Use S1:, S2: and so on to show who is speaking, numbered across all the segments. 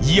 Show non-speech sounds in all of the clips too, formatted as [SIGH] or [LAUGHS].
S1: 以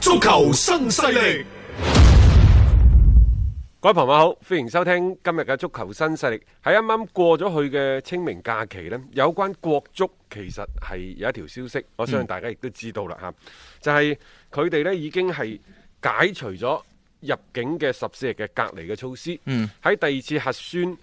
S1: 足球新勢力，
S2: 各位朋友好，歡迎收聽今日嘅足球新勢力。喺啱啱過咗去嘅清明假期呢，有關國足其實係有一條消息，我相信大家亦都知道啦吓，就係佢哋呢已經係解除咗入境嘅十四日嘅隔離嘅措施。嗯，喺第二次核酸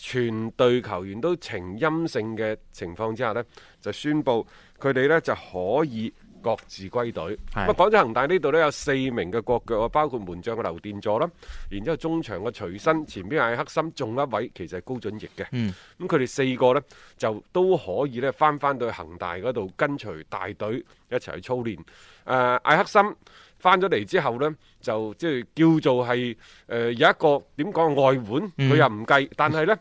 S2: 全隊球員都呈陰性嘅情況之下呢，就宣布佢哋呢就可以。各自歸隊。咁啊，廣州恒大呢度呢，有四名嘅國腳啊，包括門將嘅劉殿座啦，然之後中場嘅徐新，前邊係黑森，仲有一位其實係高準翼嘅。咁佢哋四個呢，就都可以呢翻翻到去恒大嗰度跟隨大隊一齊去操練。誒、呃艾克森翻咗嚟之後呢，就即係叫做係誒、呃有一個點講外援，佢又唔計，但係呢。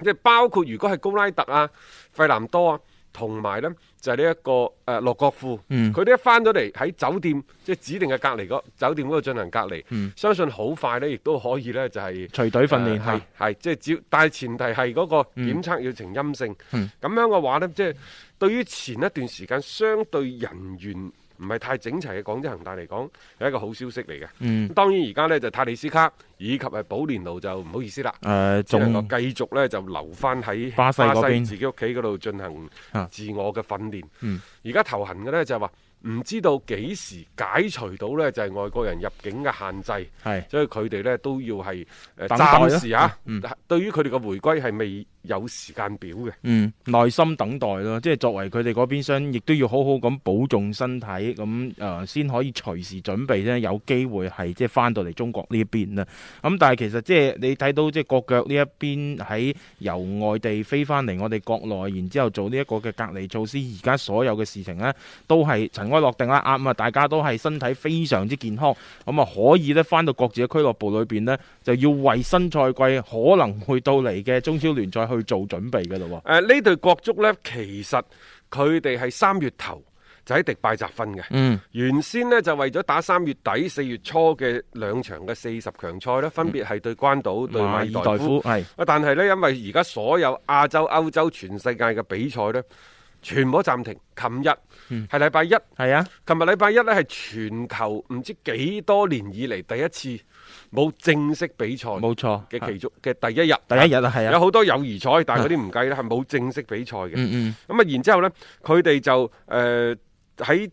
S2: 即係包括如果係高拉特啊、費南多啊，同埋呢就係呢一個誒、呃、洛國富，
S3: 嗯
S2: 佢哋一翻咗嚟喺酒店，即係指定嘅隔離個酒店嗰度進行隔離，相信好快呢亦都可以呢就係
S3: 嗯隨隊訓練
S2: 係
S3: 嚇嗯
S2: 係即係只要，但係前提係嗰個檢測要呈陰性，咁、樣嘅話呢，即係對於前一段時間相對人員。唔係太整齊嘅廣州恒大嚟講，係一個好消息嚟嘅。嗯、當然而家呢，就泰利斯卡以及係保連奴就唔好意思啦，
S3: 誒，
S2: 只能
S3: 仲
S2: 夠繼續咧就留翻喺
S3: 巴西嗰邊
S2: 自己屋企嗰度進行
S3: 啊嗯
S2: 自我嘅訓練。而家、頭痕嘅呢，就係話唔知道幾時解除到呢，就係外國人入境嘅限制，
S3: 係
S2: 所以佢哋呢都要係誒
S3: 等待嗯啦
S2: 暫時嚇，對於佢哋嘅回歸係未有時間表嘅。
S3: 嗯，耐心等待咯，即係作為佢哋嗰邊商，亦都要好好咁保重身體，咁誒先可以隨時準備咧，有機會係即係翻到嚟中國呢邊啦。咁、但係其實即係你睇到即係國腳呢一邊喺由外地飛翻嚟我哋國內，然之後做呢一個嘅隔離措施，而家所有嘅事情呢，都係塵埃落定啦，啊咁啊，大家都係身體非常之健康，咁啊可以咧翻到各自嘅俱樂部裏邊呢，就要為新賽季可能會到嚟嘅中超聯賽去做準備嘅咯喎。
S2: 誒呃呢隊國足呢，其實佢哋係三月頭就喺迪拜集訓嘅。
S3: 嗯，
S2: 原先呢，就為咗打三月底四月初嘅兩場嘅四十強賽呢，分別係對關島、對馬爾代夫。
S3: 係
S2: 啊，但係呢，因為而家所有亞洲、歐洲、全世界嘅比賽呢，全部都暫停。琴日係禮拜一，琴
S3: 係啊，
S2: 日禮拜一呢，係全球唔知幾多年以嚟第一次冇正式比賽
S3: 冇錯
S2: 嘅其中嘅第一日。
S3: 第一日啊，係
S2: 有
S3: 啊，
S2: 好多友誼賽，但係嗰啲唔計啦，係冇正式比賽嘅。咁啊、
S3: 嗯
S2: 然之後呢，佢哋就誒喺、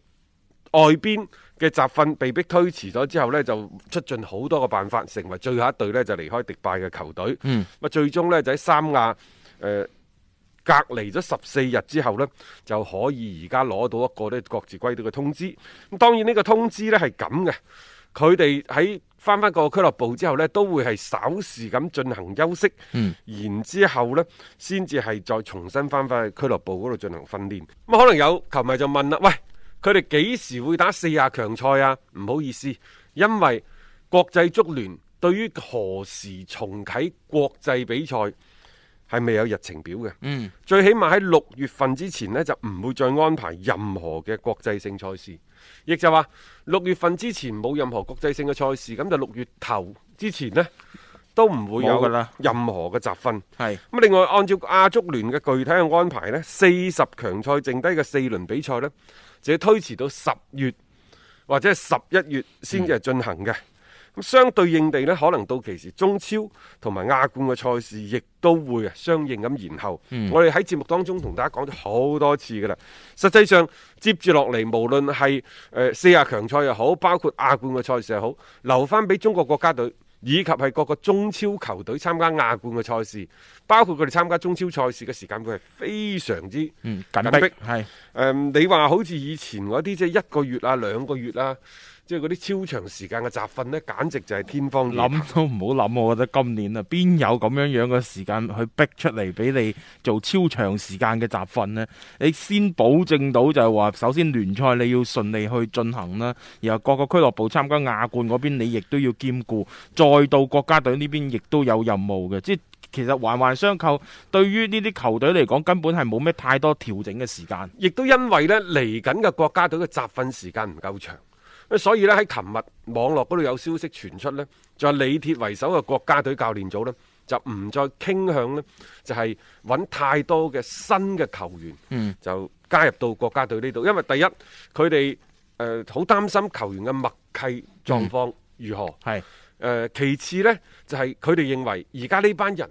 S2: 外邊嘅集訓被逼推遲咗之後呢，就出盡好多個辦法，成為最後一隊呢就離開迪拜嘅球隊。咁啊、
S3: 嗯
S2: 最終呢，就喺三亞誒。呃隔離咗十四日之後呢，就可以而家攞到一個咧各自歸隊嘅通知。咁當然呢個通知呢係咁嘅，佢哋喺翻翻個俱樂部之後呢，都會係稍事咁進行休息，然之後呢，先至係再重新翻返去俱樂部嗰度進行訓練。咁可能有球迷就問啦，喂，佢哋幾時會打四十強賽啊？唔好意思，因為國際足聯對於何時重啟國際比賽，係未有日程表嘅。嗯，最起碼喺六月份之前呢，就唔會再安排任何嘅國際性賽事，亦就話六月份之前冇任何國際性嘅賽事，咁就六月頭之前呢，都唔會有
S3: 冇㗎啦
S2: 任何嘅集訓。
S3: 係
S2: 咁另外，按照亞足聯嘅具體嘅安排呢，四十強賽剩低嘅四輪比賽呢，就要推遲到十月或者係十一月先至係進行嘅。咁、相對應地呢，可能到期時中超同埋亞冠嘅賽事亦都會啊相應咁延後。我哋喺節目當中同大家講咗好多次㗎啦。實際上接住落嚟，無呃論係誒四十強賽又好，包括亞冠嘅賽事又好，留翻俾中國國家隊以及係各個中超球隊參加亞冠嘅賽事，包括佢哋參加中超賽事嘅時間，佢係非常之誒、
S3: 嗯，
S2: 緊迫
S3: 緊迫係
S2: 呃你話好似以前嗰啲即係一個月啊、兩個月啊，即係嗰啲超長時間嘅集訓呢，簡直就係天方夜譚
S3: 諗都唔好諗，我覺得今年啊，邊有咁樣樣嘅時間去逼出嚟俾你做超長時間嘅集訓呢？你先保證到就係話，首先聯賽你要順利去進行啦，然後各個俱樂部參加亞冠嗰邊你亦都要兼顧，再到國家隊呢邊亦都有任務嘅，即係其實環環相扣，對於呢啲球隊嚟講，根本係冇咩太多調整嘅時間。
S2: 亦都因為呢嚟緊嘅國家隊嘅集訓時間唔夠長，所以呢，喺琴日網絡嗰度有消息傳出呢，就係李鐵為首嘅國家隊教練組呢，就唔再傾向呢，就係揾太多嘅新嘅球員，就加入到國家隊呢度，因為第一佢哋誒好擔心球員嘅默契狀況如何。
S3: 係
S2: 誒、呃其次呢，就係佢哋認為而家呢班人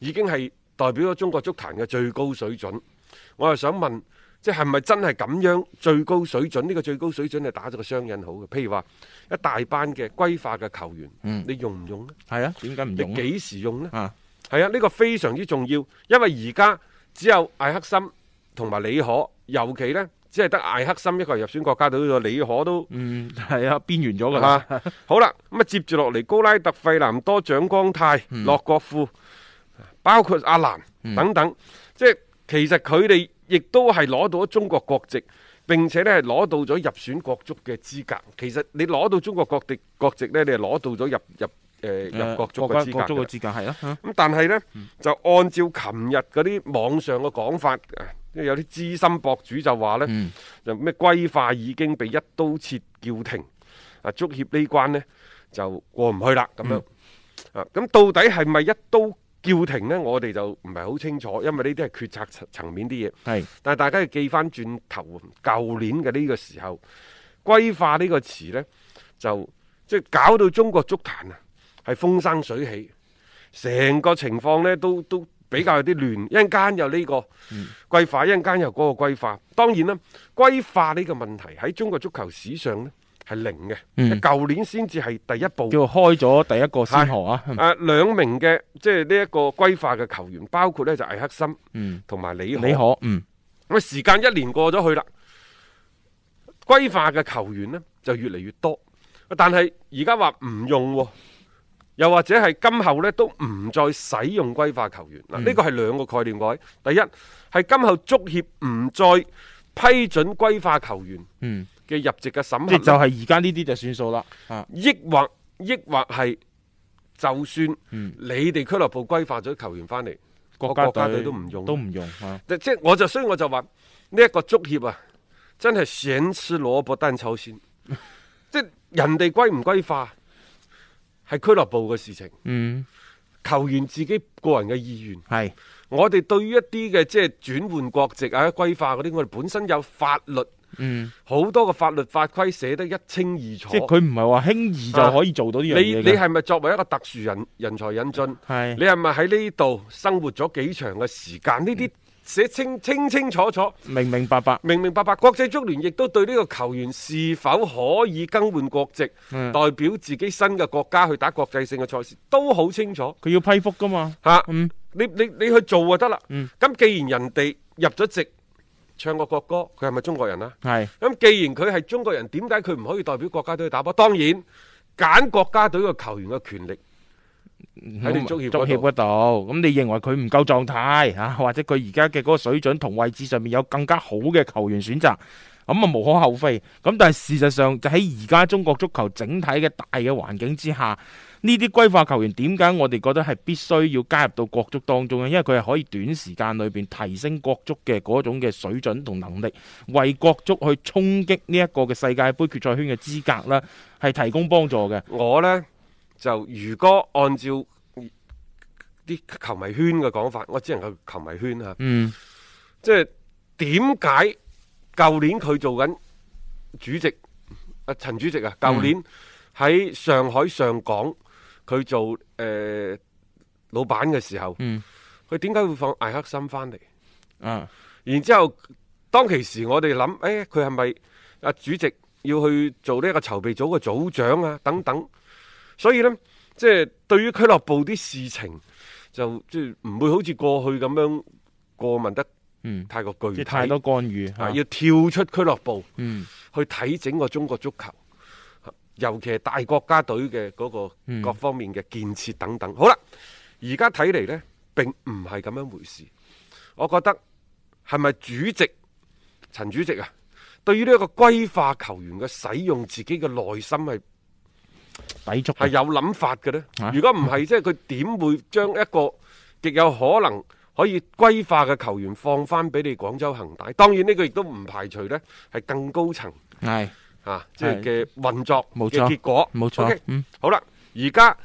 S2: 已經係代表咗中國足壇嘅最高水準。我又想問，即係咪真係咁樣最高水準？呢、個最高水準係打咗個雙引號嘅。譬如話一大班嘅歸化嘅球員，你用唔用呢？
S3: 係啊，點解唔
S2: 你
S3: 用呢？
S2: 幾時用呢？
S3: 啊，
S2: 係啊，呢、個非常之重要，因為而家只有艾克森同埋李可，尤其呢，只係得艾克森一個人入選國家隊咗，李可都。
S3: 嗯，係啊，邊緣咗㗎啦。
S2: 啊，好啦，咁啊接住落嚟，高拉特、費南多、蔣光泰、洛國富，包括阿蘭等等，即係其實佢哋亦都係攞到咗中國國籍。並且咧係攞到咗入選國足嘅資格。其實你攞到中國國籍國籍咧，你係攞到咗入入誒、呃入國足嘅嗯資格
S3: 國
S2: 㗎
S3: 足
S2: 啦
S3: 嘅資格係啦。啊
S2: 咁但係呢，就按照琴日嗰啲網上嘅講法，啊因為有啲資深博主就話呢，就咩歸化已經被一刀切叫停，啊足協呢關呢就過唔去啦咁樣。啊，咁到底係咪一刀叫停呢？我哋就唔係好清楚，因為呢啲係決策層層面啲嘢。
S3: 係
S2: 但係大家要記翻轉頭，舊年嘅呢個時候，歸化呢個詞呢，就即係搞到中國足壇啊，係風生水起，成個情況呢都都比較有啲亂，一陣間又呢
S3: 嗯
S2: 個歸化，一陣間又嗰個歸化。當然啦，歸化呢個問題喺中國足球史上呢係零嘅，舊、年先至係第一步。
S3: 嗯叫開咗第一個先河啊！
S2: 啊，兩名嘅即係呢一個歸化嘅球員，包括呢就艾克森，同埋李
S3: 你嗯可嗯
S2: 咁啊，時間一年過咗去啦，歸化嘅球員呢就越嚟越多，但係而家話唔用喎，又或者係今後呢都唔再使用歸化球員嗱，
S3: 嗯
S2: 呢個係兩個概念位。第一係今後足協唔再批准歸化球員
S3: 嗯，
S2: 嘅入籍嘅審核
S3: 即係就
S2: 呢，
S3: 係而家呢啲就算數啦。啊，
S2: 抑或抑或係就算你哋俱樂部歸化咗球員翻嚟，
S3: 國
S2: 家
S3: 嗯家
S2: 隊
S3: 隊
S2: 都唔用
S3: 都唔用啊。
S2: 即即我就所以我就話呢一個足協啊，真係想吃蘿蔔單抽
S3: [LAUGHS]
S2: 先，即人哋歸唔歸化係俱樂部嘅事情，
S3: 嗯，
S2: 球員自己個人嘅意願。
S3: 係
S2: 我哋對於一啲嘅即係轉換國籍啊、歸化嗰啲，我哋本身有法律，
S3: 嗯，
S2: 好多嘅法律法規寫得一清二楚。
S3: 即係佢唔係話輕易就可以做到呢樣
S2: 你
S3: 嘢
S2: 啊你
S3: 嘅。
S2: 係咪作為一個特殊人人才引進？
S3: 係
S2: 你係咪喺呢度生活咗幾長嘅時間？呢啲寫清清清楚楚。
S3: 明明白白
S2: 明明白白，國際足聯亦都對呢個球員是否可以更換國籍，
S3: 嗯
S2: 代表自己新嘅國家去打國際性嘅賽事，都好清楚
S3: 佢要批覆噶嘛。
S2: 嚇、啊
S3: 嗯
S2: 你你你去做就得啦。咁、
S3: 嗯
S2: 既然人哋入咗籍，唱個國歌，佢係咪中國人啊？
S3: 係
S2: 咁既然佢係中國人，點解佢唔可以代表國家隊去打波？當然，揀國家隊嘅球員嘅權力喺你足協嗰度
S3: 嗰度，咁你認為佢唔夠狀態嚇， [LAUGHS] 或者佢而家嘅嗰個水準同位置上面有更加好嘅球員選擇，咁啊無可厚非。咁但係事實上就喺而家中國足球整體嘅大嘅環境之下，呢啲歸化球員點解我哋覺得係必須要加入到國足當中咧？因為佢係可以短時間裏邊提升國足嘅嗰種嘅水準同能力，為國足去衝擊呢一個嘅世界盃決賽圈嘅資格啦，係提供幫助嘅。
S2: 我呢，就如果按照啲球迷圈嘅講法，我只能夠球迷圈嚇。
S3: 嗯，
S2: 即係點解舊年佢做緊主席啊陳主席啊，
S3: 嗯
S2: 舊年喺上海上港佢做誒、呃老闆嘅時候，
S3: 嗯
S2: 佢點解會放艾克森翻嚟？
S3: 啊，
S2: 然之後當其時我哋諗，誒佢係咪啊主席要去做呢一個籌備組嘅組長啊等等？所以呢，即係對於俱樂部啲事情就即係唔會好似過去咁樣過問得
S3: 嗯，
S2: 太過具體，
S3: 即係太多干預
S2: 啊
S3: 嚇，
S2: 要跳出俱樂部。
S3: 嗯
S2: 去睇整個中國足球，尤其係大國家隊嘅嗰
S3: 嗯
S2: 個各方面嘅建設等等。好啦，而家睇嚟呢，並唔係咁樣回事。我覺得係咪主席陳主席啊，對於呢一個歸化球員嘅使用，自己嘅內心係
S3: 抵觸嘅
S2: 係有諗法嘅呢？
S3: 啊
S2: 如果唔係，即係佢點會將一個極有可能可以歸化嘅球員放翻俾你廣州恒大？當然呢個亦都唔排除呢係更高層。
S3: 係
S2: 啊，即係嘅運作
S3: 冇
S2: 嘅
S3: 錯
S2: 結果，
S3: 冇錯
S2: OK，
S3: 嗯
S2: 好啦，而家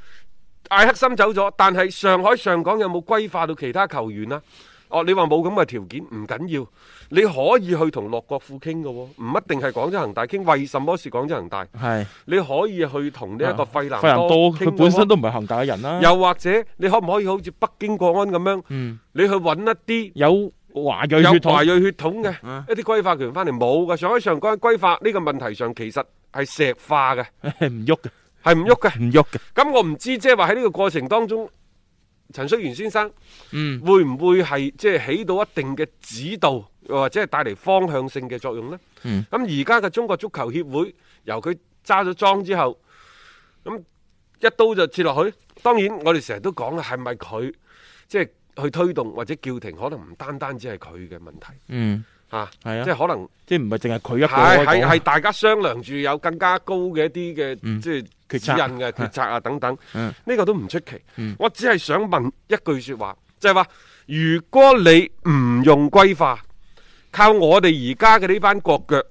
S2: 艾克森走咗，但係上海上港有冇規化到其他球員啊？哦，你話冇咁嘅條件唔緊要，你可以去同洛國富傾嘅喎，唔一定係廣州恒大傾。為什麼是廣州恒大？
S3: 係
S2: 你可以去同呢一個費南
S3: 啊費南多，
S2: 傾嘅
S3: 佢
S2: 喎
S3: 本身都唔係恒大嘅人啦，
S2: 又或者你可唔可以好似北京國安咁樣，
S3: 嗯
S2: 你去揾一啲
S3: 有華裔
S2: 有
S3: 血
S2: 華
S3: 統，啊
S2: 裔血統嘅一啲歸化球員翻嚟冇嘅，上海上港喺歸化呢個問題上其實係石化嘅。
S3: [LAUGHS] 唔喐嘅，
S2: 係唔喐嘅。
S3: 唔喐嘅，
S2: 咁我唔知，即係話喺呢個過程當中，陳戌源先生
S3: 嗯
S2: 會唔會係即係起到一定嘅指導，或者係帶嚟方向性嘅作用呢？
S3: 嗯
S2: 咁而家嘅中國足球協會由佢揸咗莊之後，咁一刀就切落去。當然，我哋成日都講啦，係咪佢即係去推動或者叫停，可能唔單單只係佢嘅問題
S3: 嗯，
S2: 啊，
S3: 係
S2: 即
S3: 啊，
S2: 係可能。
S3: 即係唔係淨係佢一個
S2: 係係係
S3: 係
S2: 大家商量住有更加高嘅一啲嘅、
S3: 嗯
S2: 即係
S3: 決
S2: 指
S3: 策
S2: 引嘅決策啊等等，
S3: 嗯
S2: 呢、個都唔出奇。
S3: 嗯
S2: 我只係想問一句説話，就係、話如果你唔用歸化，靠我哋而家嘅呢班國腳，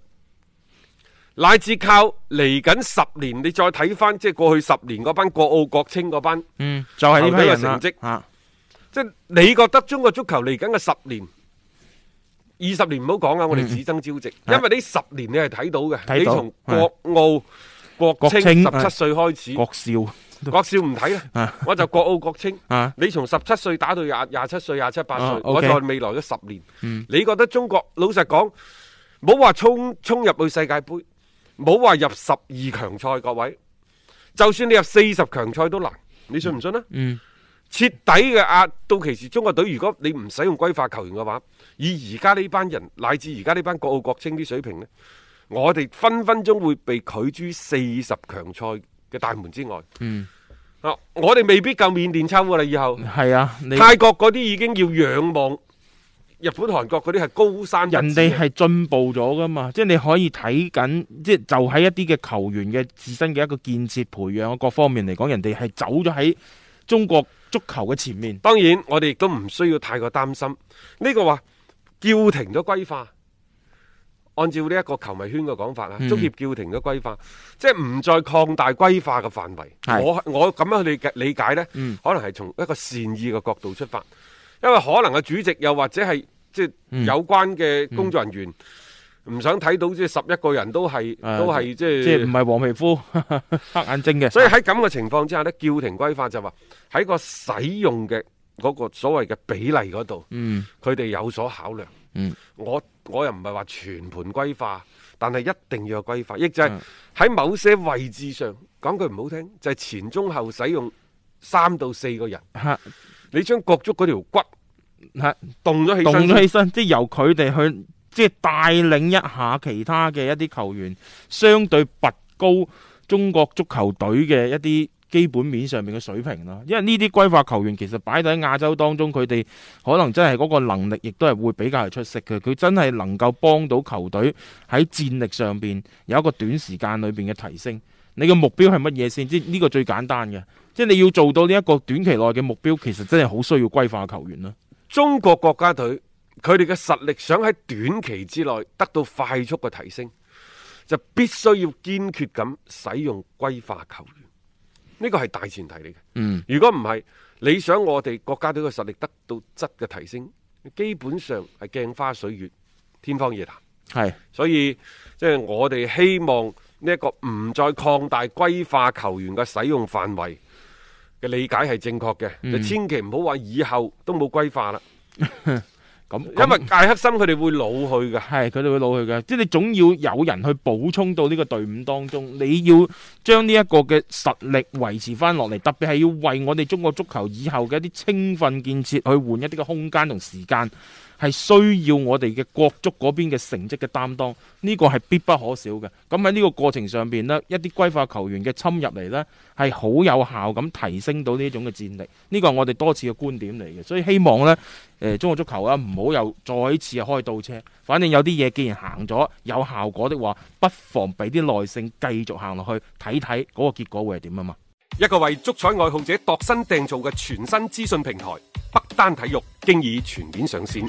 S2: 乃至靠嚟緊十年，你再睇翻即係過去十年嗰班國奧、國青嗰班，
S3: 嗯，就係呢批人啦
S2: 球隊嘅成績
S3: 啊
S2: 即係你覺得中國足球嚟緊嘅十年、二十年唔好講啊，我哋只爭朝夕，
S3: 嗯
S2: 因為呢十年你係睇到嘅，
S3: 睇
S2: 你
S3: 到
S2: 從國奧、國青
S3: 國青
S2: 十七歲開始，
S3: 國少
S2: 國少唔睇啦
S3: 啊，
S2: 我就國奧、國青。
S3: 啊，
S2: 你從十七歲打到廿廿七歲、廿七八
S3: 啊
S2: 歲，我
S3: ，OK
S2: 在未來嘅十年
S3: 嗯，
S2: 你覺得中國老實講，冇話衝衝入去世界盃，冇話入十二強賽，各位，就算你入四十強賽都難，你信唔信啊？
S3: 嗯
S2: 徹底嘅壓到其時中國隊，如果你唔使用歸化球員嘅話，以而家呢班人乃至而家呢班國奧國青啲水平呢，我哋分分鐘會被拒諸四十強賽嘅大門之外。
S3: 嗯，
S2: 啊，我哋未必夠緬甸抽噶啦，以後
S3: 係啊，你
S2: 泰國嗰啲已經要仰望日本、韓國嗰啲係高山
S3: 人
S2: 人子啊
S3: 哋係進步咗噶嘛，即係你可以睇緊，即係就喺一啲嘅球員嘅自身嘅一個建設培養各方面嚟講，人哋係走咗喺中國足球嘅前面。
S2: 當然，我哋亦都唔需要太過擔心。呢、個話叫停咗歸化，按照呢一個球迷圈嘅講法啊，
S3: 嗯
S2: 足協叫停咗歸化，即係唔再擴大歸化嘅範
S3: 係
S2: 圍。我我咁樣去理解理解呢，
S3: 嗯
S2: 可能係從一個善意嘅角度出發，因為可能嘅主席又或者係即係
S3: 嗯
S2: 有關嘅工作人員。唔想睇到即係十一個人都係、
S3: 誒
S2: 都係即係
S3: 啊即係唔係黃皮膚 [LAUGHS] 黑眼睛嘅，
S2: 所以喺咁嘅情況之下呢叫停規範就話喺個使用嘅嗰個所謂嘅比例嗰度，
S3: 嗯
S2: 佢哋有所考量。
S3: 嗯
S2: 我我又唔係話全盤規化，但係一定要有規化，亦就
S3: 嗯
S2: 係喺某些位置上講句唔好聽，就係、前中後使用三到四個人，
S3: 嚇
S2: 你將國足嗰條骨
S3: 嚇
S2: 動咗起
S3: 動
S2: 身
S3: 咗
S2: 先。
S3: 起身，即係由佢哋去即係帶領一下其他嘅一啲球員，相對拔高中國足球隊嘅一啲基本面上面嘅水平啦。因為呢啲歸化球員其實擺喺亞洲當中，佢哋可能真係嗰個能力亦都係會比較係出色嘅。佢真係能夠幫到球隊喺戰力上邊有一個短時間裏邊嘅提升。你嘅目標係乜嘢先？即係呢個最簡單嘅，即係你要做到呢一個短期內嘅目標，其實真係好需要歸化球員啦。
S2: 中國國家隊佢哋嘅實力想喺短期之內得到快速嘅提升，就必須要堅決咁使用歸化球員，呢個係大前提嚟嘅。
S3: 嗯，
S2: 如果唔係，你想我哋國家隊嘅實力得到質嘅提升，基本上係鏡花水月、天方夜譚。
S3: 係。
S2: 所以即係我哋希望呢一個唔再擴大歸化球員嘅使用範圍嘅理解係正確嘅，你千祈唔好話以後都冇歸化啦。
S3: 咁
S2: 因為艾克森佢哋會老去㗎。
S3: 系佢哋會老去嘅，即係你總要有人去補充到呢個隊伍當中，你要將呢一個嘅實力維持翻落嚟，特別係要為我哋中國足球以後嘅一啲青訓建設去換一啲嘅空間同時間，係需要我哋嘅國足嗰邊嘅成績嘅擔當，呢、個係必不可少嘅。咁喺呢個過程上邊呢，一啲歸化球員嘅侵入嚟呢，係好有效咁提升到呢種嘅戰力，呢個係我哋多次嘅觀點嚟嘅，所以希望呢。誒、中國足球啊，唔好又再次開倒車。反正有啲嘢既然行咗有效果的話，不妨俾啲耐性繼續行落去，睇睇嗰個結果會係點啊嘛。
S2: 一個為足彩愛好者度身訂造嘅全新資訊平台北單體育，經已全面上線。